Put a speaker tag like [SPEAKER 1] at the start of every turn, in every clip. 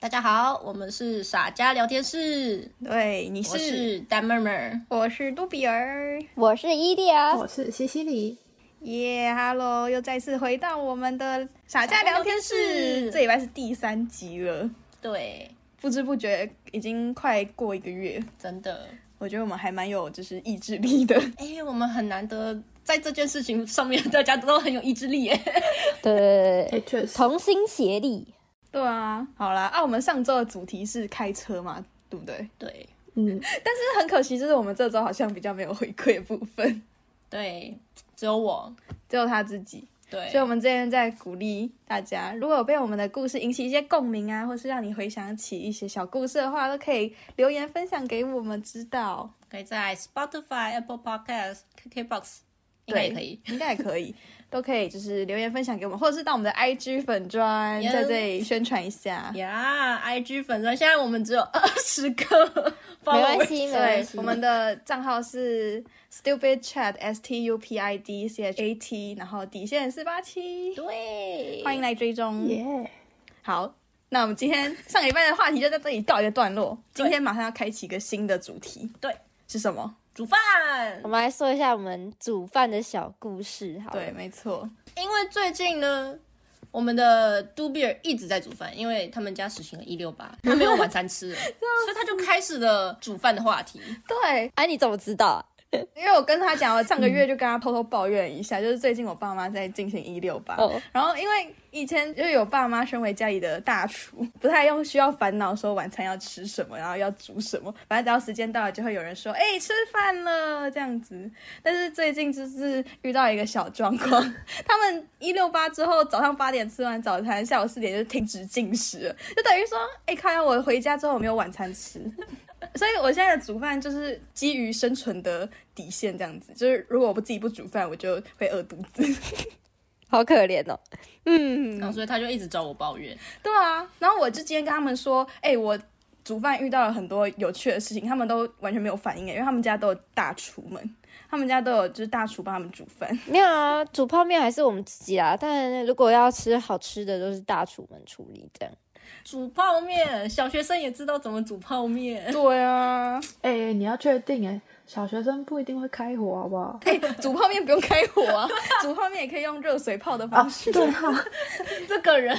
[SPEAKER 1] 大家好，我们是傻家聊天室，
[SPEAKER 2] 对，你
[SPEAKER 1] 我是丹妹妹。
[SPEAKER 2] 我是杜比儿，
[SPEAKER 3] 我是伊蒂儿，
[SPEAKER 4] 我是西西里，
[SPEAKER 2] 耶、哈喽，又再次回到我们的傻
[SPEAKER 1] 傻
[SPEAKER 2] 家
[SPEAKER 1] 家聊
[SPEAKER 2] 聊天
[SPEAKER 1] 天室
[SPEAKER 2] 室，这礼拜是第三集了，
[SPEAKER 1] 对，
[SPEAKER 2] 不知不觉已经快过一个月，
[SPEAKER 1] 真的，
[SPEAKER 2] 我觉得我们还蛮有就是意志力的，
[SPEAKER 1] 哎、我们很难得在这件事情上面，大家都很有意志力 耶。
[SPEAKER 3] 对对对
[SPEAKER 4] 哎，
[SPEAKER 3] 对，
[SPEAKER 4] 确实，
[SPEAKER 3] 同心协力。
[SPEAKER 2] 对啊，好啦，啊，我们上周的主题是开车嘛，对不对？
[SPEAKER 1] 对
[SPEAKER 4] 嗯，
[SPEAKER 2] 但是很可惜，就是我们这周好像比较没有回馈的部分，
[SPEAKER 1] 对，只有我。
[SPEAKER 2] 只有他自己。
[SPEAKER 1] 对，
[SPEAKER 2] 所以，我们之前在鼓励大家，如果有被我们的故事引起一些共鸣啊，或是让你回想起一些小故事的话，都可以留言分享给我们知道。
[SPEAKER 1] 可以在 Spotify、Apple Podcast、KKBox 应该也可以。
[SPEAKER 2] 应该也可以，都可以，就是留言分享给我们，或者是到我们的 IG 粉专
[SPEAKER 1] Yeah
[SPEAKER 2] 在这里宣传一下。
[SPEAKER 1] 呀、i g 粉专现在我们只有二十个 followers，
[SPEAKER 3] 没关系，没关
[SPEAKER 2] 对，
[SPEAKER 3] 系。
[SPEAKER 2] 我们的账号是 stupid chat s t u p i d c h a t，然后底线四八七，
[SPEAKER 1] 对，
[SPEAKER 2] 欢迎来追踪。
[SPEAKER 4] 耶，
[SPEAKER 2] 好，那我们今天上礼拜的话题就在这里告一个段落。
[SPEAKER 1] 对
[SPEAKER 2] 今天马上要开启一个新的主题，
[SPEAKER 1] 对，
[SPEAKER 2] 是什么？
[SPEAKER 1] 煮饭。
[SPEAKER 3] 我们来说一下我们煮饭的小故事，好了。
[SPEAKER 2] 对，没错，
[SPEAKER 1] 因为最近呢，我们的杜比尔一直在煮饭，因为他们家实行了一六 八，他没有晚餐吃了，所以他就开始了煮饭的话题。
[SPEAKER 2] 对，
[SPEAKER 3] 哎、你怎么知道啊？
[SPEAKER 2] 因为我跟他讲，我上个月就跟他偷偷抱怨 一下，就是最近我爸妈在进行一六八
[SPEAKER 3] 哦，
[SPEAKER 2] 然后因为以前就是有爸妈身为家里的大厨， 不太用需要烦恼说晚餐要吃什么，然后要煮什么，反正只要时间到了就会有人说，哎、吃饭了这样子。但是最近就是遇到一个小状况， 他们一六八之后早上八点吃完早餐，下午四点就停止进食了，就等于说，哎、看来我回家之后我没有晚餐吃。所以我现在的煮饭就是基于生存的底线，这样子，就是如果我不自己不煮饭，我就会饿肚 子。
[SPEAKER 3] 好可怜哦。嗯，
[SPEAKER 1] 然后所以他就一直找我抱怨，
[SPEAKER 2] 对啊，然后我就今天跟他们说，哎、我煮饭遇到了很多有趣的事情，他们都完全没有反应，哎，因为他们家都有大厨们， 他们家都有就是大厨帮他们煮饭。
[SPEAKER 3] 没有啊，煮泡面还是我们自己啦。但如果要吃好吃的，都是大厨们处理这 样。
[SPEAKER 1] 煮泡面，小学生也知道怎么煮泡面。
[SPEAKER 2] 对 啊，
[SPEAKER 4] 哎，你要确定哎，小学生不一定会开火，好不好？
[SPEAKER 2] 哎、煮泡面不用开火啊，煮泡面也可以用热水泡的方
[SPEAKER 4] 啊，
[SPEAKER 2] 式。
[SPEAKER 4] 对哈，
[SPEAKER 1] 这个人，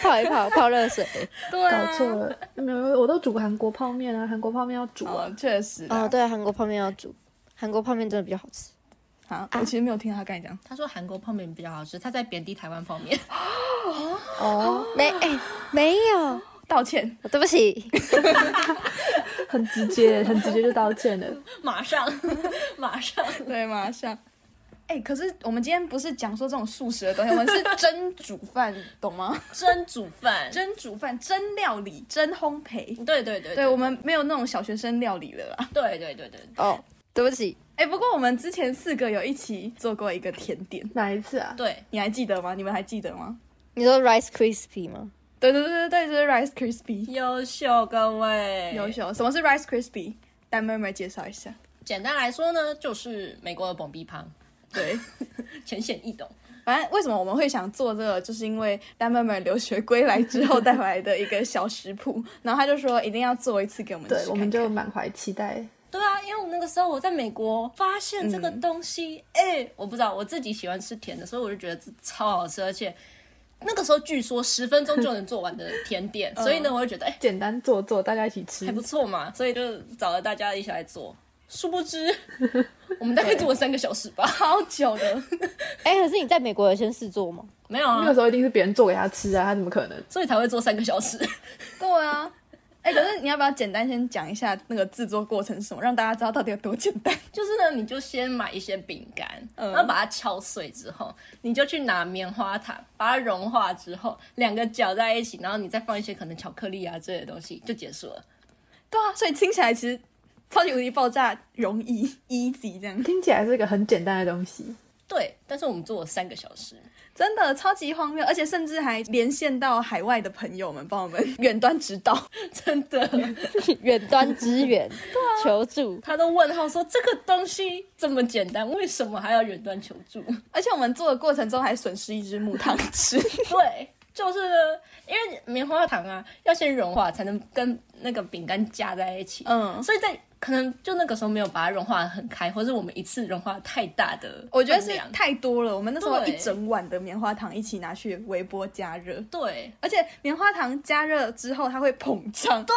[SPEAKER 3] 泡一泡，泡热 水。
[SPEAKER 2] 对啊，
[SPEAKER 4] 搞错。了，没有，我都煮韩国泡面啊，韩国泡面要煮啊，
[SPEAKER 2] 哦，确实啊。
[SPEAKER 3] 哦，对，韩国泡面要煮，韩国泡面真的比较好吃。
[SPEAKER 2] 好，我其实没有听他刚才讲。
[SPEAKER 1] 他说韩国泡面比较好吃，他在贬低台湾泡面。
[SPEAKER 4] 哦，
[SPEAKER 3] 没，哎、没有，哦
[SPEAKER 2] 道歉，
[SPEAKER 3] 对不起。
[SPEAKER 4] 很直接，很直接就道歉了。
[SPEAKER 1] 马上， 马上，
[SPEAKER 2] 对，马上。哎、可是我们今天不是讲说这种素食的东西，我们是真煮饭，懂吗？
[SPEAKER 1] 真煮饭。
[SPEAKER 2] 真煮饭、真料理、真烘焙。
[SPEAKER 1] 对对对
[SPEAKER 2] 对我们没有那种小学生料理了啦。
[SPEAKER 1] 对对对对，
[SPEAKER 3] 哦，对不起。
[SPEAKER 2] 哎、不过我们之前四个有一起做过一个甜点，
[SPEAKER 4] 哪一次啊？
[SPEAKER 1] 对
[SPEAKER 2] 你还记得吗？你们还记得吗？
[SPEAKER 3] 你说 Rice Crispy 吗？
[SPEAKER 2] 对对对对对，就是 Rice Crispy。
[SPEAKER 1] 优秀各位，
[SPEAKER 2] 优秀，什么是 Rice Crispy？丹妹妹介绍一下。
[SPEAKER 1] 简单来说呢，就是美国的蹦逼胖，
[SPEAKER 2] 对，
[SPEAKER 1] 浅显易懂。
[SPEAKER 2] 反正为什么我们会想做这个，就是因为丹妹妹留学归来之后带回来的一个小食谱，然后她就说一定要做一次给我们吃看
[SPEAKER 4] 对，
[SPEAKER 2] 看。
[SPEAKER 4] 我们就满怀期待。
[SPEAKER 1] 对啊，因为我那个时候我在美国发现这个东西，哎、我不知道我自己喜欢吃甜的，所以我就觉得这超好吃，而且那个时候据说十分钟就能做完的甜点，所以呢，我就觉得哎、
[SPEAKER 4] 简单做做，大家一起吃
[SPEAKER 1] 还。不错嘛，所以就找了大家一起来做。殊不知，我们大概做了三个小时吧，
[SPEAKER 2] 超久的，
[SPEAKER 3] 哎、可是你在美国有先试做吗？
[SPEAKER 1] 没有
[SPEAKER 4] 那个
[SPEAKER 1] 啊，
[SPEAKER 4] 时候一定是别人做给他吃啊，他怎么可能？
[SPEAKER 1] 所以才会做三个小时。
[SPEAKER 2] 对啊。哎、可是你要不要简单先讲一下那个制作过程是什么，让大家知道到底有多简单？
[SPEAKER 1] 就是呢，你就先买一些饼干，然后把它敲碎之后，你就去拿棉花糖，把它融化之后，两个搅在一起，然后你再放一些可能巧克力啊之类的东西，就结束了。
[SPEAKER 2] 对啊，所以听起来其实超级无敌爆炸容易 easy 这样。
[SPEAKER 4] 听起来是一个很简单的东西，
[SPEAKER 1] 对，但是我们做了三个小时，
[SPEAKER 2] 真的超级荒谬，而且甚至还连线到海外的朋友们帮我们 远端指导。
[SPEAKER 1] 真的，
[SPEAKER 3] 远端支 援，求助。
[SPEAKER 1] 他都问号说这个东西这么简单，为什么还要远端求 助？
[SPEAKER 2] 而且我们做的过程中还损失一只木糖 吃，
[SPEAKER 1] 对，就是因为棉花糖啊，要先融化才能跟那个饼干夹在一起，
[SPEAKER 2] 嗯，
[SPEAKER 1] 所以在可能就那个时候没有把它融化得很开，或者我们一次融化太大的，
[SPEAKER 2] 我觉得是太多了。我们那时候
[SPEAKER 1] 对
[SPEAKER 2] 一整碗的棉花糖一起拿去微波加热，
[SPEAKER 1] 对，
[SPEAKER 2] 而且棉花糖加热之后它会膨胀，对，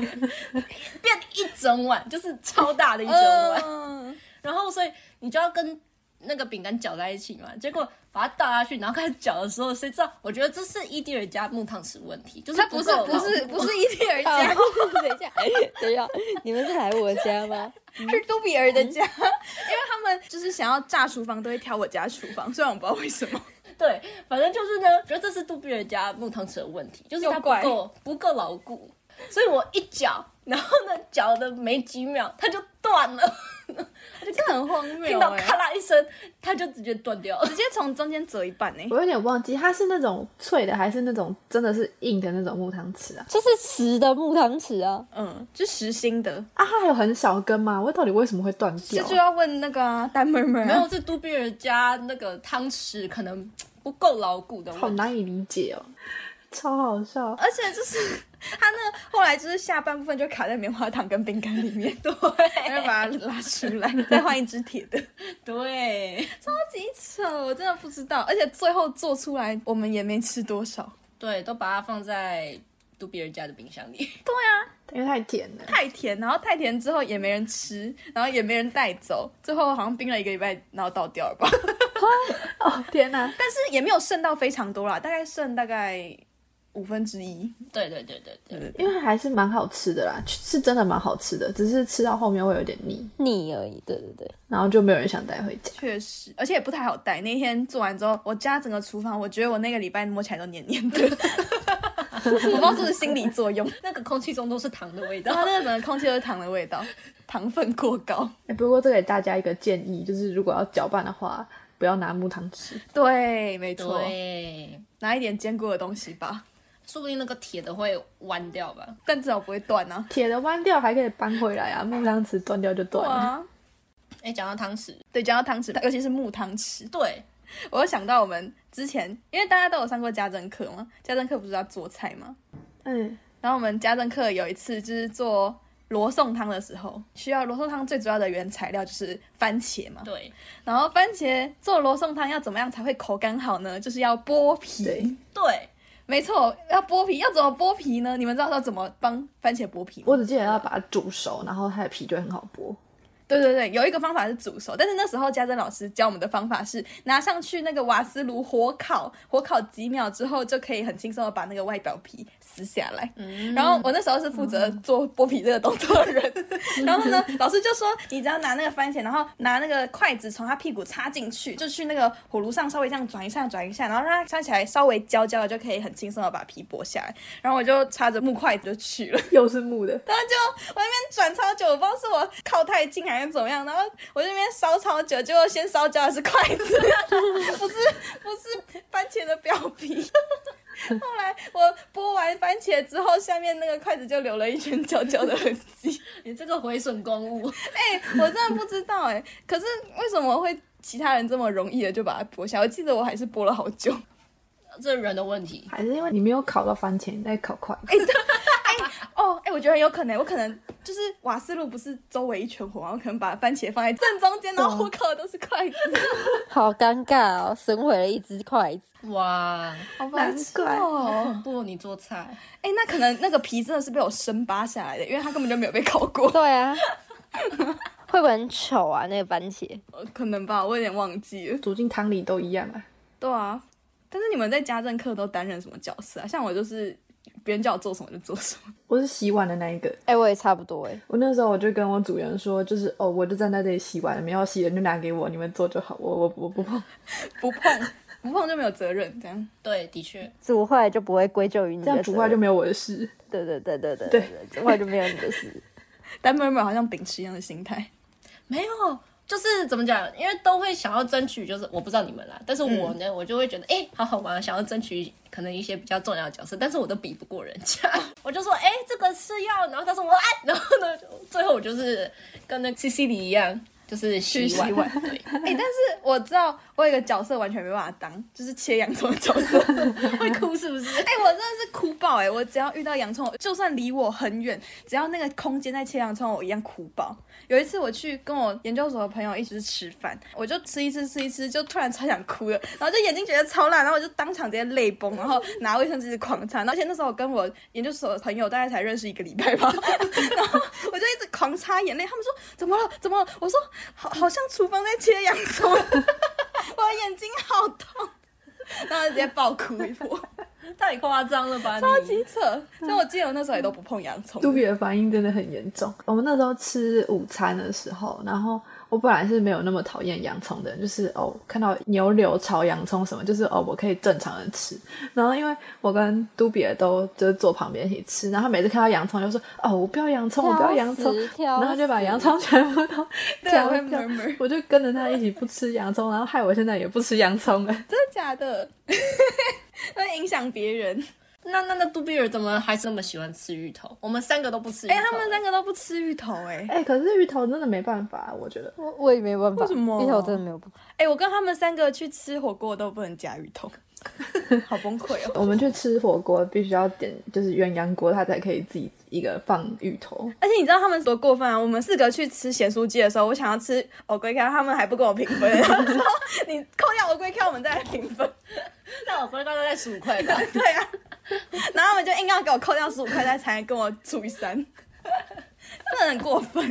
[SPEAKER 1] 变一整碗，就是超大的一
[SPEAKER 2] 一
[SPEAKER 1] 整碗，
[SPEAKER 2] 碗。
[SPEAKER 1] 然后所以你就要跟。那个饼干搅在一起嘛，结果把它倒下去，然后开始搅的时候，谁知道？我觉得这是伊迪尔加木糖石问题， 就是
[SPEAKER 2] 它不是
[SPEAKER 1] 够
[SPEAKER 2] 不是
[SPEAKER 1] 厚
[SPEAKER 2] 不是伊蒂尔
[SPEAKER 3] 哦
[SPEAKER 2] 家，
[SPEAKER 3] 等一下， 等一下，你们是来我家 吗？
[SPEAKER 2] 是杜比尔的家，因为他们就是想要炸厨房都会挑我家厨房，虽然我不知道为什么。
[SPEAKER 1] 对，反正就是呢，觉得这是杜比尔加木汤匙的问题，就是它
[SPEAKER 2] 又
[SPEAKER 1] 不
[SPEAKER 2] 怪
[SPEAKER 1] 够不够牢固，所以我一搅，然后呢搅的没几秒，它就断了，
[SPEAKER 2] 这很荒谬、
[SPEAKER 1] 听到
[SPEAKER 2] 欸
[SPEAKER 1] 咔啦一声，它就直接断掉了。
[SPEAKER 2] 直接从中间折一半欸呢、
[SPEAKER 4] 我有点忘记，它是那种脆的，还是那种真的是硬的那种木糖糍啊？
[SPEAKER 3] 这是瓷的木糖匙啊，
[SPEAKER 2] 嗯，就实心的，
[SPEAKER 4] 啊，它还有很小根吗？我到底为什么会断
[SPEAKER 2] 这
[SPEAKER 4] 掉啊？
[SPEAKER 2] 就要问那个啊丹妹妹、啊。
[SPEAKER 1] 没有，这杜比尔加那个汤匙可能不够牢固的
[SPEAKER 4] 好
[SPEAKER 1] 问题。
[SPEAKER 4] 难以理解哦，超好笑。
[SPEAKER 2] 而且就是他那后来就是下半部分就卡在棉花糖跟饼干里面， 对，然后把它拉出 来，再换一只铁 的，
[SPEAKER 1] 对
[SPEAKER 2] 超级丑，我真的不知道。而且最后做出来，我们也没吃多少，
[SPEAKER 1] 对，都把它放在杜比尔加的冰箱里。
[SPEAKER 4] 因为太甜了。
[SPEAKER 2] 太甜，然后太甜之后也没人吃，然后也没人带走，最后好像冰了一个礼拜，然后倒掉了吧。
[SPEAKER 4] 哦天哪、
[SPEAKER 2] 但是也没有剩到非常多啦，大概剩大概五分之一。
[SPEAKER 1] 对对对对对，
[SPEAKER 2] 对
[SPEAKER 4] 因为还是蛮好吃的啦，是真的蛮好吃的，只是吃到后面会有点腻，
[SPEAKER 3] 你而已。对对对，
[SPEAKER 4] 然后就没有人想带回家。
[SPEAKER 2] 确实，而且也不太好带。那天做完之后，我家整个厨房，我觉得我那个礼拜摸起来都黏黏的， 我不知道是不是心理作用。
[SPEAKER 1] 那个空气中都是糖的味
[SPEAKER 2] 然后
[SPEAKER 1] 道。
[SPEAKER 2] 那个整个空气都是糖的味道，糖分过高。
[SPEAKER 4] 哎，不过这给大家一个建议，就是如果要搅拌的话，不要拿木糖吃。
[SPEAKER 2] 对，没错，
[SPEAKER 1] 对，
[SPEAKER 2] 拿一点坚固的东西吧，
[SPEAKER 1] 说不定那个铁的会弯掉吧。
[SPEAKER 2] 但至少不会断啊。
[SPEAKER 4] 铁的弯掉还可以搬回来啊，木糖匙断掉就断了。
[SPEAKER 2] 哇，
[SPEAKER 1] 哎，讲到汤匙，
[SPEAKER 2] 啊对，讲到汤匙，尤其是木汤匙，
[SPEAKER 1] 对，
[SPEAKER 2] 我又想到我们之前，因为大家都有上过家政课嘛，家政课不是要做菜吗？
[SPEAKER 4] 嗯，
[SPEAKER 2] 然后我们家政课有一次就是做罗宋汤的时候，需要罗宋汤最主要的原材料就是番茄嘛。
[SPEAKER 1] 对，
[SPEAKER 2] 然后番茄做罗宋汤要怎么样才会口感好呢？就是要剥
[SPEAKER 4] 对
[SPEAKER 2] 皮。，
[SPEAKER 1] 对，
[SPEAKER 2] 没错，要剥皮，要怎么剥皮呢？你们知道要怎么帮番茄剥皮吗？
[SPEAKER 4] 我只记得要把它煮熟，然后它的皮就会很好剥。
[SPEAKER 2] 对对对，有一个方法是煮熟，但是那时候家珍老师教我们的方法是拿上去那个瓦斯炉火烤，火烤几秒之后就可以很轻松的把那个外表皮撕下来。然后我那时候是负责做剥皮这个动作的人，然后呢，老师就说你只要拿那个番茄，然后拿那个筷子从他屁股插进去，就去那个火炉上稍微这样转一下转一下，然后让它看起来稍微焦焦的，就可以很轻松的把皮剥下来。然后我就插着木筷子就去了，
[SPEAKER 4] 又是木的，
[SPEAKER 2] 然后就我那边转超久，我不知道是我靠太近还是怎么样，然后我这边烧超久，结果先烧焦的是筷子， 不是不是番茄的表皮。 后来我剥完番茄之后，下面那个筷子就留了一圈焦焦的痕迹。
[SPEAKER 1] 你这个毁损公物。
[SPEAKER 2] 哎、我真的不知道哎、可是为什么会其他人这么容易的就把它剥下？我记得我还是剥了好久。
[SPEAKER 1] 这人的问题。
[SPEAKER 4] 还是因为你没有烤到番茄，你在烤筷子。
[SPEAKER 2] 哦，哎哎、我觉得很有可能，我可能就是瓦斯炉不是周围一圈火吗？我可能把番茄放在正中间，然后我烤的都是筷子，
[SPEAKER 3] 好尴尬哦，损毁了一只筷子。
[SPEAKER 1] 哇，
[SPEAKER 2] 好难
[SPEAKER 4] 难怪
[SPEAKER 2] 哦。
[SPEAKER 1] 恐怖！你做菜，
[SPEAKER 2] 哎、那可能那个皮真的是被我生扒下来的，因为它根本就没有被烤过，
[SPEAKER 3] 对 啊，会不会很丑啊？那个番茄，
[SPEAKER 2] 呃可能吧，我有点忘记了。
[SPEAKER 4] 煮进汤里都一样啊。
[SPEAKER 2] 对啊，但是你们在家政课都担任什么角色啊？像我就是别人叫我做什么就做什么。
[SPEAKER 4] 我是洗碗的那一个，
[SPEAKER 3] 哎、我也差不多哎、
[SPEAKER 4] 我那时候我就跟我主人说，就是哦，我就站在这里洗碗，你们要洗的就拿给我，你们做就好，我我我不碰。
[SPEAKER 2] 不碰，不碰就没有责任，这样。
[SPEAKER 1] 对，的确，
[SPEAKER 3] 煮坏就不会归咎于你的
[SPEAKER 4] 这
[SPEAKER 3] 责
[SPEAKER 4] 样
[SPEAKER 3] 任，
[SPEAKER 4] 煮坏就没有我的事。
[SPEAKER 3] 对对对对对
[SPEAKER 4] 对
[SPEAKER 3] 对，煮坏就没有你的事。
[SPEAKER 2] 但妹妹好像秉持一样的心态，
[SPEAKER 1] 没有。就是怎么讲，因为都会想要争取，就是我不知道你们啦，但是
[SPEAKER 2] 嗯
[SPEAKER 1] 我呢，我就会觉得，哎、好好玩，想要争取可能一些比较重要的角色，但是我都比不过人家， 我就说，哎、这个是要，然后他说我爱， 然后呢，就最后我就是跟那 C C 里一样，就是洗碗，
[SPEAKER 2] 去洗碗
[SPEAKER 1] 对，
[SPEAKER 2] 哎、但是我知道我有一个角色完全没办法当，就是切洋葱的角色。
[SPEAKER 1] 会哭是不是？
[SPEAKER 2] 哎、我真的是哭爆哎、我只要遇到洋葱，就算离我很远，只要那个空间在切洋葱，我一样哭爆。有一次我去跟我研究所的朋友一起去吃饭，我就吃一吃吃一吃，就突然超想哭了，然后就眼睛觉得超烂，然后我就当场直接泪崩，然后拿卫生纸狂擦。而且那时候我跟我研究所的朋友大概才认识一个礼拜吧， 然后我就一直狂擦眼泪。他们说怎么了？怎么了？我说好，好像厨房在切洋 葱，我的眼睛好痛，然后就直接爆哭一波。
[SPEAKER 1] 太夸张了吧？
[SPEAKER 2] 超
[SPEAKER 1] 你
[SPEAKER 2] 级扯。所以我记得我那时候也都不碰洋葱。
[SPEAKER 4] 杜比的反应真的很严重。我们那时候吃午餐的时候，然后我本来是没有那么讨厌洋葱的人，就是哦，看到牛柳炒洋葱什么，就是哦，我可以正常的吃。然后因为我跟杜比尔都就是坐旁边一起吃，然后每次看到洋葱就说哦，我不要洋葱，我不要洋葱，
[SPEAKER 3] 挑食
[SPEAKER 4] 然后就把洋葱全部都
[SPEAKER 2] 对啊我
[SPEAKER 4] 挑
[SPEAKER 2] 会
[SPEAKER 4] 掉
[SPEAKER 2] murmur
[SPEAKER 4] 我就跟着他一起不吃洋葱，然后害我现在也不吃洋 葱了。
[SPEAKER 2] 真的假的？ 会影响别人。
[SPEAKER 1] 那那那杜比尔怎么还是那么喜欢吃芋头？我们三个都不吃芋头。
[SPEAKER 2] 哎、他们三个都不吃芋头、哎
[SPEAKER 4] 哎、可是芋头真的没办法，我觉得。
[SPEAKER 3] 我我也没办法，
[SPEAKER 2] 为什么
[SPEAKER 3] 芋头真的没有办法。
[SPEAKER 2] 哎、我跟他们三个去吃火锅都不能加芋 头，好崩溃哦。
[SPEAKER 4] 我们去吃火锅必须要点就是鸳鸯锅，它才可以自己一个放芋头。
[SPEAKER 2] 而且你知道他们多过分啊！我们四个去吃咸酥鸡的时候，我想要吃藕龟壳，他们还不跟我平 分。然后你扣掉藕龟壳，我们再来平分。
[SPEAKER 1] 那我回刚刚在十五块 吧。
[SPEAKER 2] 对啊，然后他们就硬要给我扣掉十五块，再才跟我除以三， 真的很过分、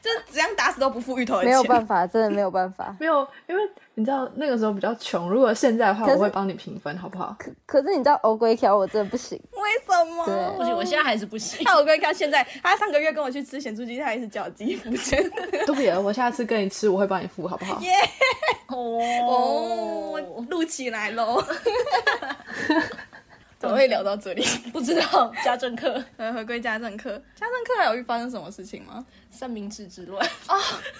[SPEAKER 2] 就是怎样打死都不付芋头的
[SPEAKER 3] 没有
[SPEAKER 2] 钱。
[SPEAKER 3] 办 法，真的没有办法。
[SPEAKER 4] 没有，因为你知道那个时候比较穷，如果现在的话，
[SPEAKER 3] 可是
[SPEAKER 4] 我会帮你平分，好不 好？
[SPEAKER 3] 可可是你知道欧龟条我真的不行，
[SPEAKER 2] 为什么？
[SPEAKER 3] 对
[SPEAKER 1] 不行，我现在还是不行。
[SPEAKER 2] 那我哥看现在，他上个月跟我去吃咸猪鸡，他也是叫我自己付钱。
[SPEAKER 4] 杜比尔，我下次跟你吃，我会帮你付，好不好？
[SPEAKER 2] 哦，录起来喽。怎么会聊到这里？
[SPEAKER 1] 不知道家政课
[SPEAKER 2] 呃，回归家政课，家政课还有遇发生什么事情吗？
[SPEAKER 1] 三明治之乱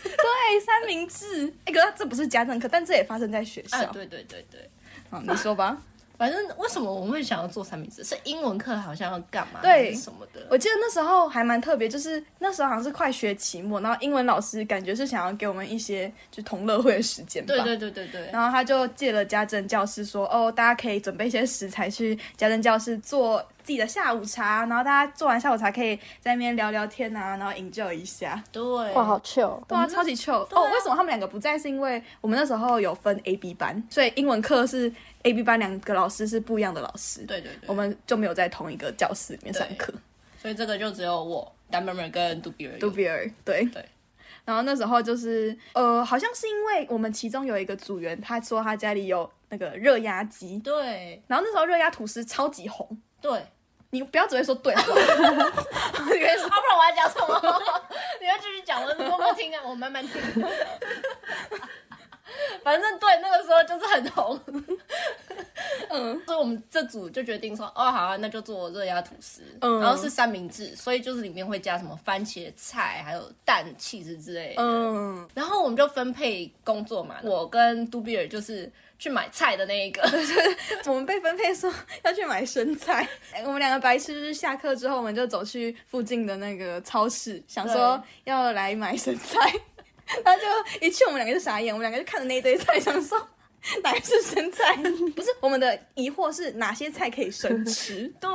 [SPEAKER 2] 对，三明治。哎、可是这不是家政课，但这也发生在学校。
[SPEAKER 1] 啊，对对对对。
[SPEAKER 2] 好，你说吧。
[SPEAKER 1] 反正为什么我们会想要做三明治？是英文课好像要干嘛？
[SPEAKER 2] 对
[SPEAKER 1] 还是什么的？
[SPEAKER 2] 我记得那时候还蛮特别，就是那时候好像是快学期末，然后英文老师感觉是想要给我们一些就同乐会的时间吧。
[SPEAKER 1] 对对对对对。
[SPEAKER 2] 然后他就借了家政教室说，哦，大家可以准备一些食材去家政教室做自己的下午茶，然后大家做完下午茶可以在那边聊聊天啊，然后 enjoy 一下。
[SPEAKER 1] 对，
[SPEAKER 3] 哇，好 chill 哦。
[SPEAKER 2] 对啊，超级 chill、哦！为什么他们两个不在？是因为我们那时候有分 A、B 班，所以英文课是 A、B 班两个老师是不一样的老师。
[SPEAKER 1] 对对对。
[SPEAKER 2] 我们就没有在同一个教室里面上课。
[SPEAKER 1] 所以这个就只有我丹妹妹跟杜比尔有。
[SPEAKER 2] 杜比尔，对
[SPEAKER 1] 对。
[SPEAKER 2] 然后那时候就是，呃，好像是因为我们其中有一个组员，他说他家里有那个热压机，
[SPEAKER 1] 对
[SPEAKER 2] 然后那时候热压吐司超级红，
[SPEAKER 1] 对。
[SPEAKER 2] 你不要只会说 对，好不好你可以说
[SPEAKER 1] 啊，不然我要讲什么？ 你要继续讲，我默默 听啊，我慢慢听。 反正对那个时候就是很红，嗯， 所以我们这组就决定说，哦，好啊，那就做热压吐司，
[SPEAKER 2] 嗯
[SPEAKER 1] 然后是三明治，所以就是里面会加什么番茄菜，还有蛋、气质之类的，
[SPEAKER 2] 嗯，
[SPEAKER 1] 然后我们就分配工作嘛，我跟杜比尔就是去买菜的 那一个，
[SPEAKER 2] 我们被分配说要去买生菜，哎我们两个白痴就是下课之后，我们就走去附近的那个超市，想说要来买生菜，然后就一去我们两个就傻眼，我们两个就看着那一堆菜，想说 哪个是生菜？ 不是，我们的疑惑是哪些菜可以生吃，
[SPEAKER 1] 对，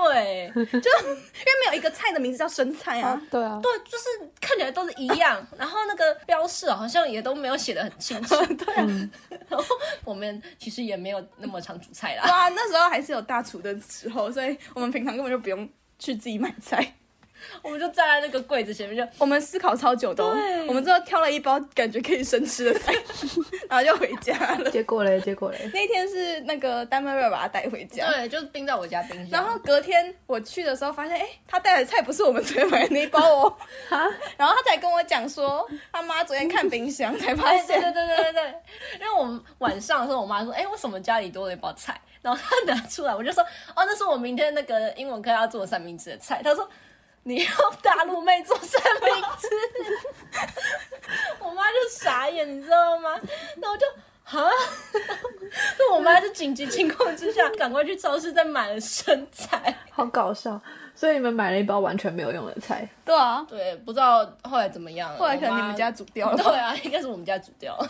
[SPEAKER 2] 就因为没有一个菜的名字叫生菜啊
[SPEAKER 3] 啊，对啊，
[SPEAKER 1] 对，就是看起来都是一 样，然后那个标示好像也都没有写的很清楚。 对、然后我们其实也没有那么常煮菜啦。
[SPEAKER 2] 哇，那时候还是有大厨的时候，所以我们平常根本就不用去自己买菜。
[SPEAKER 1] 我们就站在那个柜子前面就，
[SPEAKER 2] 我们思考超久的、哦
[SPEAKER 1] 对，
[SPEAKER 2] 我们最后挑了一包感觉可以生吃 的菜，然后就回家了。
[SPEAKER 4] 结果嘞，结果嘞，
[SPEAKER 2] 那天是那个丹麦瑞把他带回家，
[SPEAKER 1] 对，就冰在我家冰箱。
[SPEAKER 2] 然后隔天我去的时候发现，哎、他带的菜不是我们昨天买的那一包 哦，然后他才跟我讲说，他妈昨天看冰箱才发
[SPEAKER 1] 哎，对对，
[SPEAKER 2] 现
[SPEAKER 1] 对对对对，因为我们晚上的时候，我妈说，哎、为什么家里多了一包菜？ 然后她拿出来，我就说，哦，那是我明天那个英文课要做三明治的菜。她说。你要大陆妹做三明治， 我妈就傻眼，你知道吗？那我就哈， 那我妈就紧急情况之下，赶快去超市再买了生菜。
[SPEAKER 4] 好搞笑。所以你们买了一包完全没有用的菜，
[SPEAKER 2] 对啊，
[SPEAKER 1] 对，不知道后来怎么样了。
[SPEAKER 2] 后来可能
[SPEAKER 1] 我妈
[SPEAKER 2] 你们家煮掉了
[SPEAKER 1] 对啊，应该是我们家煮掉了。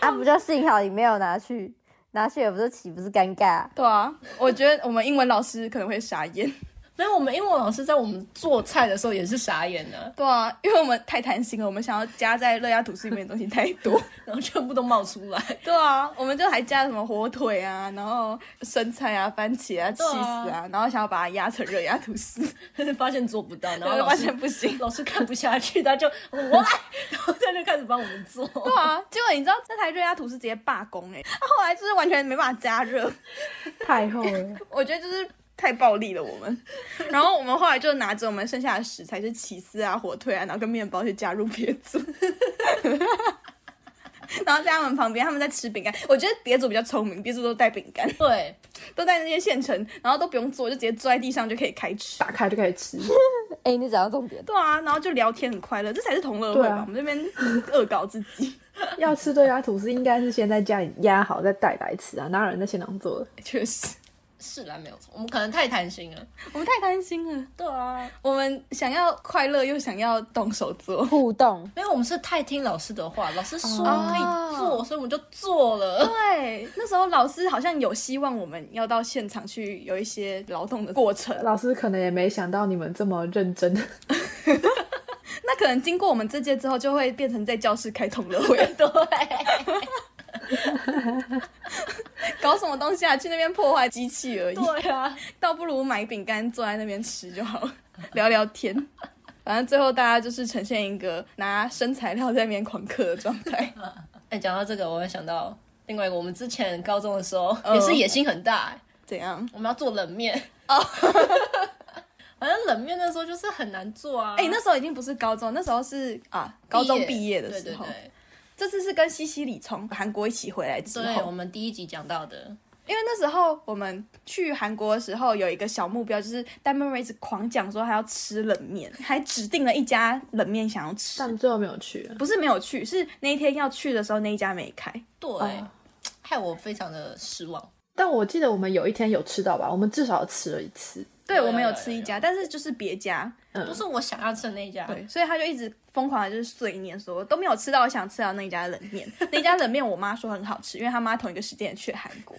[SPEAKER 3] 啊，不就幸好你没有拿去，拿去也不是岂不是尴尬？
[SPEAKER 2] 对啊，我觉得我们英文老师可能会傻眼。
[SPEAKER 1] 没有，我们英文老师在我们做菜的时候也是傻眼 的，
[SPEAKER 2] 对啊，因为我们太贪心了，我们想要加在乐压吐司里面的东西太 多。
[SPEAKER 1] 然后全部都冒出来。
[SPEAKER 2] 对啊，我们就还加了什么火腿啊，然后生菜啊、番茄啊、起
[SPEAKER 1] 对啊
[SPEAKER 2] 司啊，然后想要把它压成热压吐司，
[SPEAKER 1] 发现做不到，然后
[SPEAKER 2] 对啊
[SPEAKER 1] 老
[SPEAKER 2] 发
[SPEAKER 1] 师
[SPEAKER 2] 现不行
[SPEAKER 1] 老师看不下去，他就我来， 然后他就开始帮我们做。
[SPEAKER 2] 对啊，结果你知道这台热压吐司直接罢工哎、欸，他后来就是完全没办法加热，
[SPEAKER 4] 太厚了。
[SPEAKER 2] 我觉得就是太暴力了我 们。然后我们后来就拿着我们剩下的食材，就是起司啊、火腿啊，然后跟面包去加入别组。 然后在他们旁边，他们在吃饼干。我觉得别组比较聪明，别组都带饼干，
[SPEAKER 1] 对，
[SPEAKER 2] 都带那些现成，然后都不用做，就直接坐在地上就可以开吃。
[SPEAKER 4] 打开就可以吃，
[SPEAKER 3] 哎、你讲到重点，
[SPEAKER 2] 对啊，然后就聊天很快乐，这才是同乐会
[SPEAKER 4] 对
[SPEAKER 2] 吧？
[SPEAKER 4] 啊
[SPEAKER 2] 我们这边恶搞自己，
[SPEAKER 4] 要吃对鸭吐司应该是先在家里压好再带来吃啊，哪有人在现场做的？
[SPEAKER 2] 确实，
[SPEAKER 1] 是啦，没有错，我们可能太贪心了。
[SPEAKER 2] 我们太贪心了。
[SPEAKER 1] 对啊，
[SPEAKER 2] 我们想要快乐，又想要动手做。
[SPEAKER 3] 互动。
[SPEAKER 1] 没有，我们是太听老师的话，老师说
[SPEAKER 2] 哦
[SPEAKER 1] 可以做，所以我们就做了。
[SPEAKER 2] 对，那时候老师好像有希望我们要到现场去有一些劳动的过程，
[SPEAKER 4] 老师可能也没想到你们这么认 真，
[SPEAKER 2] 那可能经过我们这届之后，就会变成在教室开同乐会，
[SPEAKER 1] 对，
[SPEAKER 2] 搞什么东西啊？去那边破坏机器而已，
[SPEAKER 1] 对啊，
[SPEAKER 2] 倒不如买饼干坐在那边吃就好了， 聊聊天。反正最后大家就是呈现一个拿生材料在那边狂嗑的状 态，
[SPEAKER 1] 哎，讲到这个，我也想到另外一个，我们之前高中的时候
[SPEAKER 2] 嗯
[SPEAKER 1] 也是野心很大、哎
[SPEAKER 2] 怎样？
[SPEAKER 1] 我们要做冷面哦。 反正冷面那时候就是很难做啊。
[SPEAKER 2] 哎、那时候已经不是高中，那时候是啊高中毕业的时候。
[SPEAKER 1] 对对
[SPEAKER 2] 这次是跟西西里从韩国一起回来之
[SPEAKER 1] 对，
[SPEAKER 2] 后，
[SPEAKER 1] 对我们第一集讲到的，
[SPEAKER 2] 因为那时候我们去韩国的时候有一个小目标，就是 d a m o n r a i s 狂讲说他要吃冷面，还指定了一家冷面想要吃。
[SPEAKER 4] 但最后没有去啊。
[SPEAKER 2] 不是没有去，是那一天要去的时候那一家没开。
[SPEAKER 1] 对，
[SPEAKER 4] 哦
[SPEAKER 1] 害我非常的失望。
[SPEAKER 4] 但我记得我们有一天有吃到吧，我们至少吃了一次。嗯
[SPEAKER 2] 对
[SPEAKER 1] 有
[SPEAKER 2] 我们
[SPEAKER 1] 有
[SPEAKER 2] 有
[SPEAKER 1] 有
[SPEAKER 2] 吃
[SPEAKER 1] 有
[SPEAKER 2] 一家，但是就是别家，
[SPEAKER 1] 不
[SPEAKER 4] 啊
[SPEAKER 1] 是我想要吃的那一家，
[SPEAKER 2] 对，所以他就一直疯狂的就是碎念说都没有吃到我想吃到那一家冷面，那家冷面我妈说很好吃，因为她妈同一个时间也去韩 国，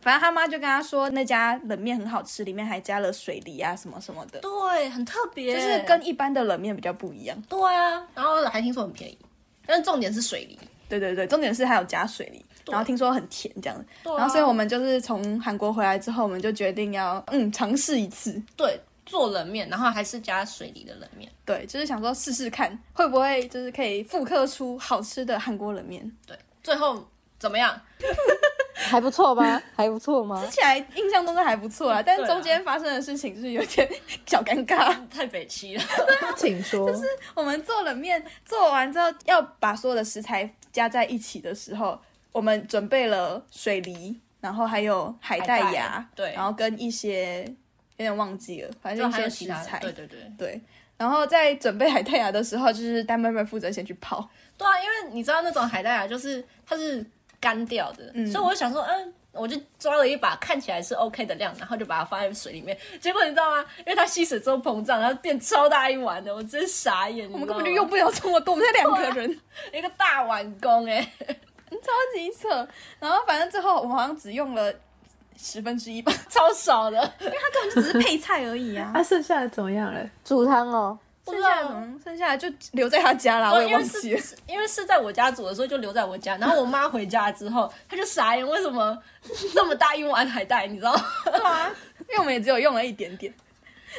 [SPEAKER 2] 反正她妈就跟她说那家冷面很好吃，里面还加了水梨啊什么什么的，
[SPEAKER 1] 对，很特别，
[SPEAKER 2] 就是跟一般的冷面比较不一样。
[SPEAKER 1] 对啊，然后还听说很便宜，但是重点是水梨，
[SPEAKER 2] 对对对，重点是还有加水梨，然后听说很甜这样子。
[SPEAKER 1] 啊
[SPEAKER 2] 然后所以我们就是从韩国回来之后，我们就决定要嗯尝试一次，
[SPEAKER 1] 对，做冷面，然后还是加水梨的冷面，
[SPEAKER 2] 对，就是想说试试看会不会就是可以复刻出好吃的韩国冷面。
[SPEAKER 1] 对，最后怎么样？
[SPEAKER 3] 还不错 吧？还不错吗？
[SPEAKER 2] 吃起来印象中是还不错啦，但是
[SPEAKER 1] 对啊嗯
[SPEAKER 2] 中间发生的事情就是有点 小尴尬。
[SPEAKER 1] 太北齐了，
[SPEAKER 4] 请说，
[SPEAKER 2] 我们做冷面做完之后，要把所有的食材加在一起的时候，我们准备了水梨，然后还有海带
[SPEAKER 1] 海
[SPEAKER 2] 芽
[SPEAKER 1] 带，对
[SPEAKER 2] 然后跟一些有点忘记了，反
[SPEAKER 1] 就
[SPEAKER 2] 正一
[SPEAKER 1] 还有
[SPEAKER 2] 些
[SPEAKER 1] 其
[SPEAKER 2] 食
[SPEAKER 1] 他的
[SPEAKER 2] 材，
[SPEAKER 1] 对对对，
[SPEAKER 2] 对然后在准备海带芽的时候，就是丹妹妹负责先去泡，
[SPEAKER 1] 对啊，因为你知道那种海带芽就是它是干掉的，所以我就想说，嗯。我就抓了一把看起来是 OK 的量，然后就把它放在水里面。结果你知道吗？因为它吸水之后膨胀，然后变超大一碗的，我真傻眼。
[SPEAKER 2] 我
[SPEAKER 1] 我
[SPEAKER 2] 们根本就用不了这么多，我们才两
[SPEAKER 1] 啊
[SPEAKER 2] 个人，
[SPEAKER 1] 一个大碗公哎、
[SPEAKER 2] 超级扯。然后反正最后我们好像只用了十分之一吧，
[SPEAKER 1] 超少的。
[SPEAKER 2] 根本就只是配菜而已啊
[SPEAKER 4] 啊，。剩下的怎么样了？
[SPEAKER 3] 煮汤哦，
[SPEAKER 2] 剩下的怎么剩下的就留在他家啦，我也
[SPEAKER 1] 哦因为
[SPEAKER 2] 忘记
[SPEAKER 1] 是
[SPEAKER 2] 了。
[SPEAKER 1] 是因为是在我家煮的，所以就留在我家。然后我妈回家之后，她就傻眼，为什么这么大一碗海带？你知道吗？
[SPEAKER 2] 对啊，因为我们也只有用了一点点。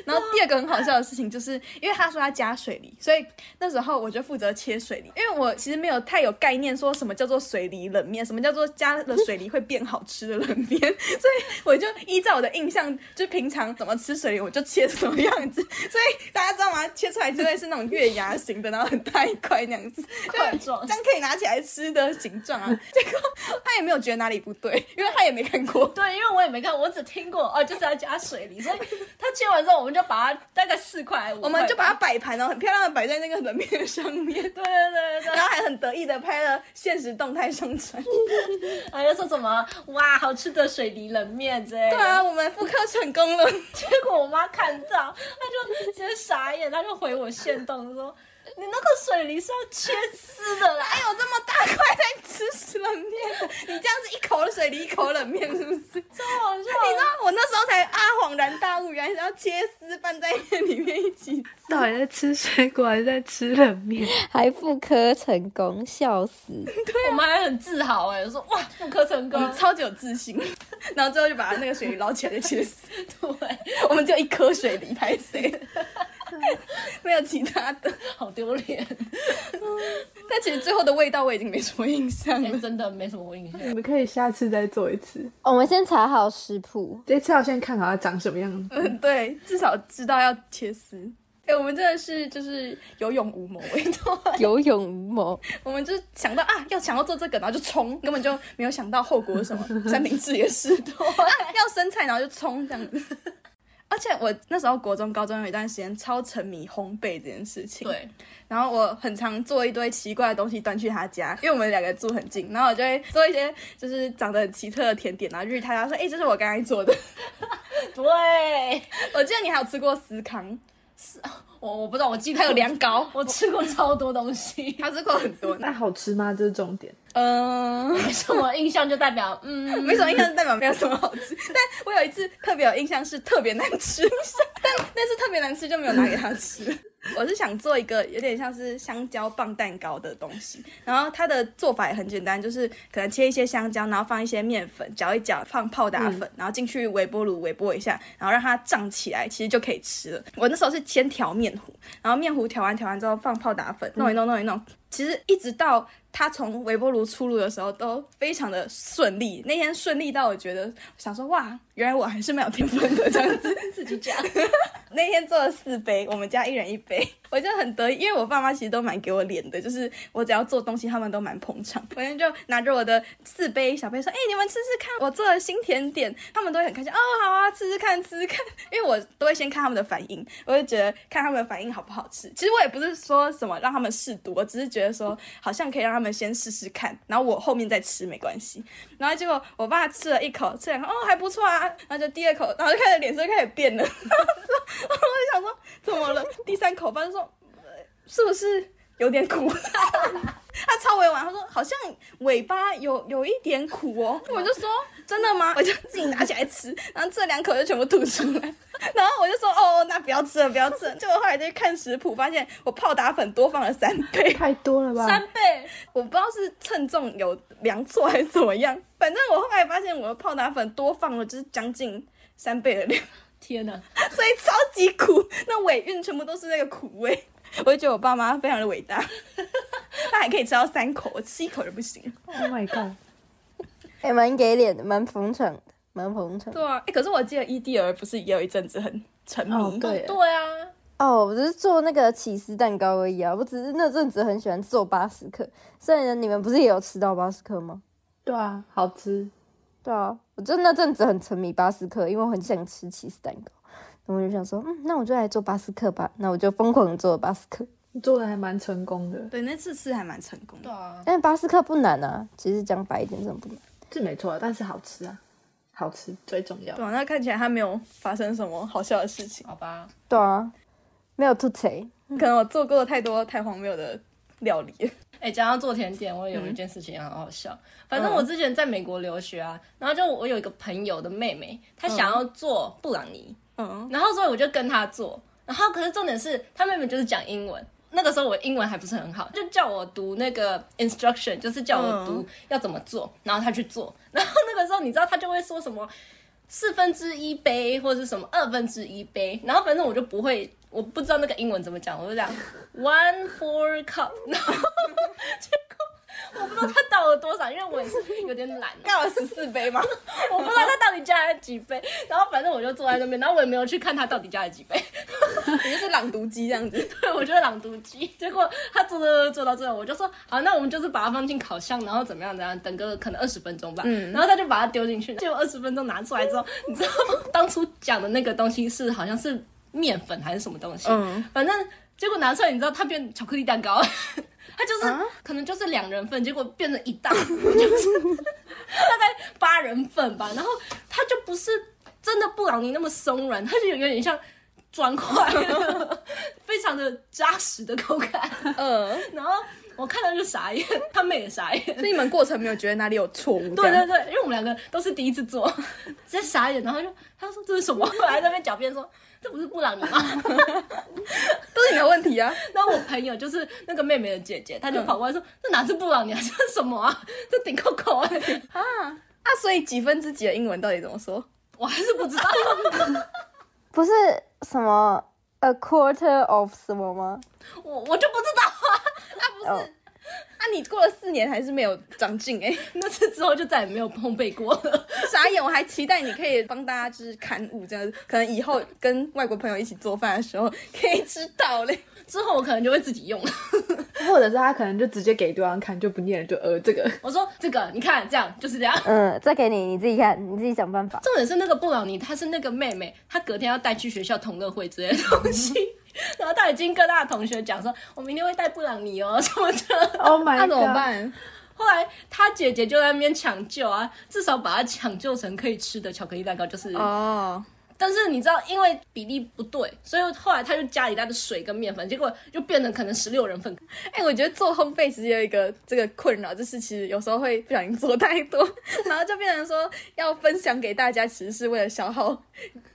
[SPEAKER 2] 然后第二个很好笑的事情，就是因为他说他加水梨，所以那时候我就负责切水梨，因为我其实没有太有概念，说什么叫做水梨冷面，什么叫做加了水梨会变好吃的冷面， 所以我就依照我的印象，就平常怎么吃水梨，我就切什么样子。所以大家知道吗？切出来就会是那种月牙形的，然后很大一块那样子，
[SPEAKER 1] 块
[SPEAKER 2] 就
[SPEAKER 1] 状
[SPEAKER 2] 这样可以拿起来吃的形状啊。结果他也没有觉得哪里不对，因为他也没看过。
[SPEAKER 1] 对，因为我也没看，我只听过哦，就是要加水梨。所以她切完之后，我们就把它大概四块，
[SPEAKER 2] 我们就把它
[SPEAKER 1] 它。
[SPEAKER 2] 摆盘哦，很漂亮的摆在那个冷面上 面，
[SPEAKER 1] 对对对
[SPEAKER 2] 然后还很得意的拍了现实动态上传。
[SPEAKER 1] 对，然后又哎说什么哇，好吃的水泥冷面之类的。
[SPEAKER 2] 对啊，我们复刻成功了。
[SPEAKER 1] 结果我妈看到，她就直接傻眼，她就回我现动说：“你那个水泥是要切丝的啦，
[SPEAKER 2] 还哎有这么大块在吃冷面的，你这样子一口水梨一口冷面是不是？
[SPEAKER 1] 超哎好笑
[SPEAKER 2] 你知
[SPEAKER 1] 的。
[SPEAKER 2] 道我那时候才啊恍然大悟，原来是要切丝拌在面里面一起。
[SPEAKER 4] 到底在吃水果还是在吃冷面？
[SPEAKER 3] 还复科成功，笑死！
[SPEAKER 1] 哎我妈还很自豪哎、说：“哇，妇科成 功
[SPEAKER 2] 我。们超级有自信， 然后最后就把那个水梨捞起来就切 丝，”
[SPEAKER 1] 对，
[SPEAKER 2] 我们只有一颗水梨拍 谁，没有其他的。
[SPEAKER 1] 好丢脸，
[SPEAKER 2] 但其实最后的味道我已经没什么印象
[SPEAKER 1] 哎
[SPEAKER 2] 了。
[SPEAKER 1] 真的没什么印象。
[SPEAKER 4] 你们可以下次再做一次，
[SPEAKER 3] 哦我们先查好食谱，
[SPEAKER 4] 这次要先看好它长什么样子。
[SPEAKER 2] 嗯， 对，至少知道要切丝。哎、我们真的是就是有勇无谋哎、
[SPEAKER 3] 有勇无谋。
[SPEAKER 2] 我们就是想到啊，要想要做这个，然后就冲，根本就没有想到后果是什么。三明治也是，对、啊，要生菜然后就冲这 样子。而且我那时候国中、高中有一段时间超沉迷烘焙这件事情，，
[SPEAKER 1] 对，
[SPEAKER 2] 然后我很常做一堆奇怪的东西端去他家，因为我们两个住很近，然后我就会做一些就是长得很奇特的甜点，然后就去他家说，哎、这是我刚才做的。
[SPEAKER 1] 对，
[SPEAKER 2] 我记得你还有吃过司康，
[SPEAKER 1] 我我不知道，我记得
[SPEAKER 2] 还有凉糕，
[SPEAKER 1] 我吃过超多东西，
[SPEAKER 2] 他吃过很 多。
[SPEAKER 4] 那好吃吗？这是重点。
[SPEAKER 2] 嗯、
[SPEAKER 1] 没 什么印象就代表嗯，
[SPEAKER 2] 没什么印象，代表没有什么好吃。但我有一次特别有印象是特别难吃，但那次特别难吃就没有拿给他吃。我是想做一个有点像是香蕉棒蛋糕的东西，然后它的做法也很简单，就是可能切一些香蕉，然后放一些面粉，搅一搅，放泡打粉，然后进去微波炉微波一下，然后让它胀起来，其实就可以吃了。我那时候是先调面糊，然后面糊调完调完之后放泡打粉，弄一弄弄一弄，其实一直到它从微波炉出炉的时候都非常的顺利。那天顺利到我觉得想说哇，原来我还是蛮有天分的这样子。
[SPEAKER 1] 自己讲，
[SPEAKER 2] 那天做了四杯，我们家一人一杯， 我就很得意，因为我爸妈其实都蛮给我脸的，就是我只要做东西，他们都蛮捧场。我就拿着我的四杯小杯说：“哎、你们吃吃看，我做的新甜点。”他们都会很开心，哦，好啊，吃吃看，吃吃看。因为我都会先看他们的反应，我就觉得看他们的反应好不好吃。其实我也不是说什么让他们试毒，我只是觉得说好像可以让他们先试试看，然后我后面再吃没关系。然后结果我爸吃了一口，吃两口，哦，还不错啊。然后就第二口，然后就开始脸色开始变了。 我想说怎么了？第三口饭说、呃是不是有点苦？他超委婉，他说好像尾巴有有一点苦哦。我就说真的吗？我就自己拿起来吃，然后这两口就全部吐出来。然后我就说哦，那不要吃了，不要吃了。结果后来就去看食谱，发现我泡打粉多放了三倍。
[SPEAKER 4] 太多了 吧？
[SPEAKER 1] 三倍，
[SPEAKER 2] 我不知道是称重有量错还是怎么样，反正我后来发现我的泡打粉多放了就是将近三倍的量，
[SPEAKER 1] 天哪，
[SPEAKER 2] 所以超级苦，那尾韵全部都是那个苦味。 我就觉得我爸妈非常的伟大， 他还可以吃到三口，我吃一口就不行。
[SPEAKER 4] Oh my god！
[SPEAKER 3] 哎、蛮给脸的，蛮捧场的，蛮捧场的。
[SPEAKER 2] 对啊，欸可是我记得伊蒂尔不是也有一阵子很沉迷，
[SPEAKER 4] 哦，对，
[SPEAKER 1] 对啊，
[SPEAKER 3] 哦，我只是做那个起司蛋糕而已啊，我只是那阵子很喜欢做巴斯克。所以呢，你们不是也有吃到巴斯克吗？
[SPEAKER 4] 对啊，好吃。
[SPEAKER 3] 对啊，我就那阵子很沉迷巴斯克，因为我很想吃起司蛋糕，然后我就想说，嗯，那我就来做巴斯克吧。那我就疯狂地做了巴斯克，
[SPEAKER 4] 做的还蛮成功的，
[SPEAKER 2] 对，那次吃还蛮成功
[SPEAKER 1] 对
[SPEAKER 2] 的。
[SPEAKER 1] 啊，
[SPEAKER 3] 但是巴斯克不难啊，其实讲白一点，真的不难。
[SPEAKER 4] 是没错啊，但是好吃啊，好吃最重要
[SPEAKER 2] 对。啊，那看起来他没有发生什么好笑的事情，
[SPEAKER 1] 好吧，
[SPEAKER 3] 对啊，没有吐槽。
[SPEAKER 2] 可能我做过太多太荒谬的料理了。
[SPEAKER 1] 哎、讲到做甜点，我有一件事情也很好笑。反正我之前在美国留学啊，然后就我有一个朋友的妹妹，她想要做布朗尼，
[SPEAKER 2] 嗯，
[SPEAKER 1] 然后所以我就跟她做。然后可是重点是，她妹妹就是讲英文。那个时候我英文还不是很好，就叫我读那个 instruction，就是叫我读要怎么做，然后她去做。 然后那个时候你知道她就会说什么四分之一杯或者是什么二分之一杯，然后反正我就不会，我不知道那个英文怎么讲，我就讲 one four cup，然 后结果我不知道他倒了多少，因为我也是有点懒啊，
[SPEAKER 2] 干了十四杯吗？
[SPEAKER 1] 我不知道他到底加了几杯，然后反正我就坐在那边，然后我也没有去看他到底加了几杯，
[SPEAKER 2] 你就是朗读机这样子。
[SPEAKER 1] 对我就是朗读机，结果他做做做做到最后，我就说好，那我们就是把它放进烤箱，然后怎么样怎么样，等个可能二十分钟吧。然后他 就把它丢进去，结果二十分钟拿出来之后，你知道吗？当初讲的那个东西是好像是面粉还是什么东西，
[SPEAKER 2] 嗯
[SPEAKER 1] 反正结果拿出来，你知道它变巧克力蛋糕， 它就是、可能就是两人份，结果变成一大，就是 大概八人份吧。然后它就不是真的布朗尼那么松软，它就有点像砖块， 非常的扎实的口感。
[SPEAKER 2] 嗯，
[SPEAKER 1] 然后我看到就傻眼，他们也傻眼。
[SPEAKER 2] 所以你们过程没有觉得哪里有错误？
[SPEAKER 1] 对对，对，因为我们两个都是第一次做，直接傻眼，然后就他说这是什么？ 后来在那边狡辩说这不是布朗尼吗？
[SPEAKER 2] 都是你的问题啊。
[SPEAKER 1] 然后我朋友就是那个妹妹的姐姐，她就跑过来说：“这哪是布朗尼啊，这 是什么啊？这顶扣扣啊
[SPEAKER 2] 啊，所以几分之几的英文到底怎么说？！”
[SPEAKER 1] 我还是不知道，
[SPEAKER 3] 不是什么 a quarter of 什么吗？
[SPEAKER 1] 我我就不知道啊。
[SPEAKER 3] 哦，
[SPEAKER 2] 啊，你过了四年还是没有长进哎、
[SPEAKER 1] 那次之后就再也没有烘焙过了。
[SPEAKER 2] 傻眼！我还期待你可以帮大家就是刊物这样子，可能以后跟外国朋友一起做饭的时候可以知道 嘞。
[SPEAKER 1] 之后我可能就会自己用了。
[SPEAKER 4] 或者是他可能就直接给对方看，就不念了，就呃这个。
[SPEAKER 1] 我说这个，你看这样就是这样。
[SPEAKER 3] 嗯，再给你，你自己看，你自己想办法。
[SPEAKER 1] 重点是那个布朗尼，她是那个妹妹，她隔天要带去学校同乐会之类的东西，然后她已经跟她的同学讲说，我明天会带布朗尼哦什么的。
[SPEAKER 4] Oh my
[SPEAKER 2] 那、
[SPEAKER 4] god！
[SPEAKER 2] 怎么办？
[SPEAKER 1] 后来她姐姐就在那边抢救啊，至少把她抢救成可以吃的巧克力蛋糕，就是。
[SPEAKER 2] 哦，
[SPEAKER 1] 但是你知道，因为比例不对，所以后来她就加一大堆水跟面粉，结果就变成可能十六人份。
[SPEAKER 2] 哎、我觉得做烘焙其实有一个这个困扰，就是其实有时候会不小心做太多， 然后就变成说要分享给大家，其实是为了消耗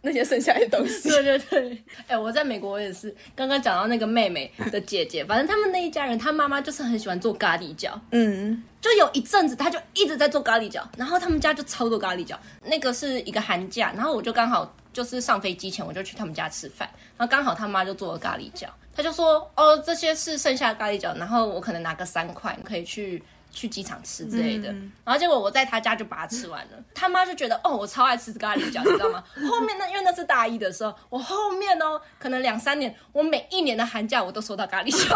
[SPEAKER 2] 那些剩下的东西。
[SPEAKER 1] 对对对，哎、我在美国我也是，刚刚讲到那个妹妹的姐姐，反正他们那一家人，她妈妈就是很喜欢做咖喱饺，
[SPEAKER 2] 嗯，
[SPEAKER 1] 就有一阵子，他就一直在做咖喱饺，然后他们家就超多咖喱饺。那个是一个寒假，然后我就刚好就是上飞机前，我就去他们家吃饭，然后刚好他妈就做了咖喱饺，他就说：“哦，这些是剩下的咖喱饺，然后我可能拿个三块，你可以去。”去机场吃之类的，然后结果我在他家就把它吃完了。他妈就觉得哦，我超爱吃咖喱饺，你知道吗？后面那因为那是大一的时候，我后面哦，可能两三年，我每一年的寒假我都收到咖喱饺。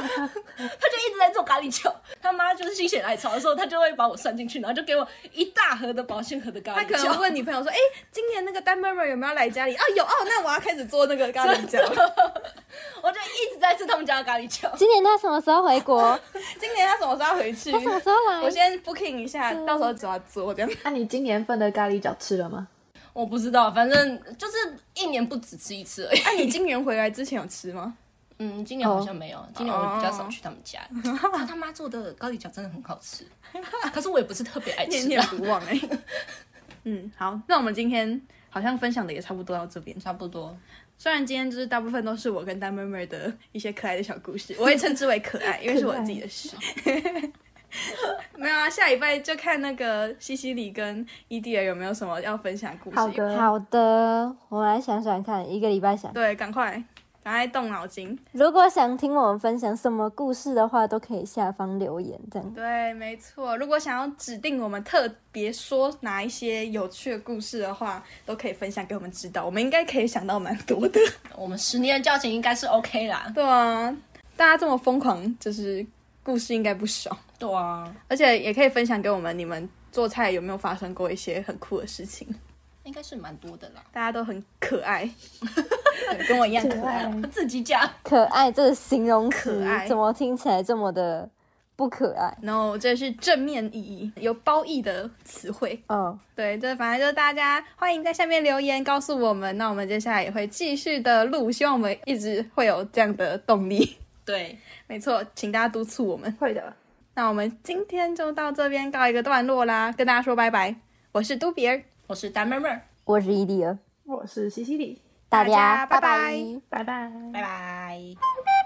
[SPEAKER 1] 他就一直在做咖喱球，他妈就是心血来潮的时候，他就会把我算进去，然后就给我一大盒的保鲜盒的咖
[SPEAKER 2] 他
[SPEAKER 1] 喱
[SPEAKER 2] 可能
[SPEAKER 1] 球。
[SPEAKER 2] 问女朋友说：“哎、今年那个丹妹妹有没有来家里？”啊，有哦，那我要开始做那个咖喱酱。
[SPEAKER 1] 我就一直在吃他们家的咖喱球。
[SPEAKER 3] 今年他什么时候回 国？
[SPEAKER 2] 今年他什么时候要啊回去？
[SPEAKER 3] 他什么时候来？
[SPEAKER 2] 我先 booking 一下，到时候只要做这样。
[SPEAKER 4] 那、你今年份的咖喱饺吃了吗？
[SPEAKER 1] 我不知道，反正就是一年不只吃一次而已。
[SPEAKER 2] 哎、你今年回来之前有吃吗？
[SPEAKER 1] 嗯，今年好像没有，今年我比较
[SPEAKER 2] 哦
[SPEAKER 1] 少去他们 家。但他妈做的咖喱饺真的很好吃，可是我也不是特别爱
[SPEAKER 2] 念
[SPEAKER 1] 吃
[SPEAKER 2] 念
[SPEAKER 1] 啦。
[SPEAKER 2] 不忘 哎、嗯，好，那我们今天好像分享的也差不多到这边。
[SPEAKER 1] 差不多，
[SPEAKER 2] 虽然今天就是大部分都是我跟丹妹妹的一些可爱的小故事，我也称之为可爱，因为是我自己的事。 没有啊，下礼拜就看那个西西里跟伊蒂尔有没有什么要分享的故事。
[SPEAKER 4] 好的，
[SPEAKER 3] 好的，我来想想看，一个礼拜想。
[SPEAKER 2] 对，赶快赶快动脑筋。
[SPEAKER 3] 如果想听我们分享什么故事的话，都可以下方留言这样。
[SPEAKER 2] 对，没错。如果想要指定我们特别说哪一些有趣的故事的话，都可以分享给我们知道。我们应该可以想到蛮多的。
[SPEAKER 1] 啊我们十年的交情应该是 OK 啦。
[SPEAKER 2] 对啊，大家这么疯狂，就是故事应该不少，
[SPEAKER 1] 对啊，
[SPEAKER 2] 而且也可以分享给我们，你们做菜有没有发生过一些很酷的事情？
[SPEAKER 1] 应该是蛮多的啦。
[SPEAKER 2] 大家都很可爱，对啊跟我一样可爱。
[SPEAKER 1] 我自己讲，
[SPEAKER 3] 可爱这个形容
[SPEAKER 2] 可
[SPEAKER 3] 词
[SPEAKER 2] 爱
[SPEAKER 3] 怎么听起来这么的不可爱？
[SPEAKER 2] 然后这是正面意义，有褒义的词汇。
[SPEAKER 3] 哦，
[SPEAKER 2] 对，这反正就是大家欢迎在下面留言告诉我们，那我们接下来也会继续的录，希望我们一直会有这样的动力。
[SPEAKER 1] 对，
[SPEAKER 2] 没错，请大家督促我们。
[SPEAKER 4] 会的，
[SPEAKER 2] 那我们今天就到这边告一个段落啦，跟大家说拜拜。我是嘟比儿，
[SPEAKER 1] 我是丹妹妹，
[SPEAKER 3] 我是伊迪尔，
[SPEAKER 4] 我是西西里，
[SPEAKER 3] 大
[SPEAKER 2] 大家
[SPEAKER 3] 家
[SPEAKER 2] 拜
[SPEAKER 3] 拜
[SPEAKER 2] 拜
[SPEAKER 3] 拜
[SPEAKER 4] 拜拜。
[SPEAKER 1] 拜拜。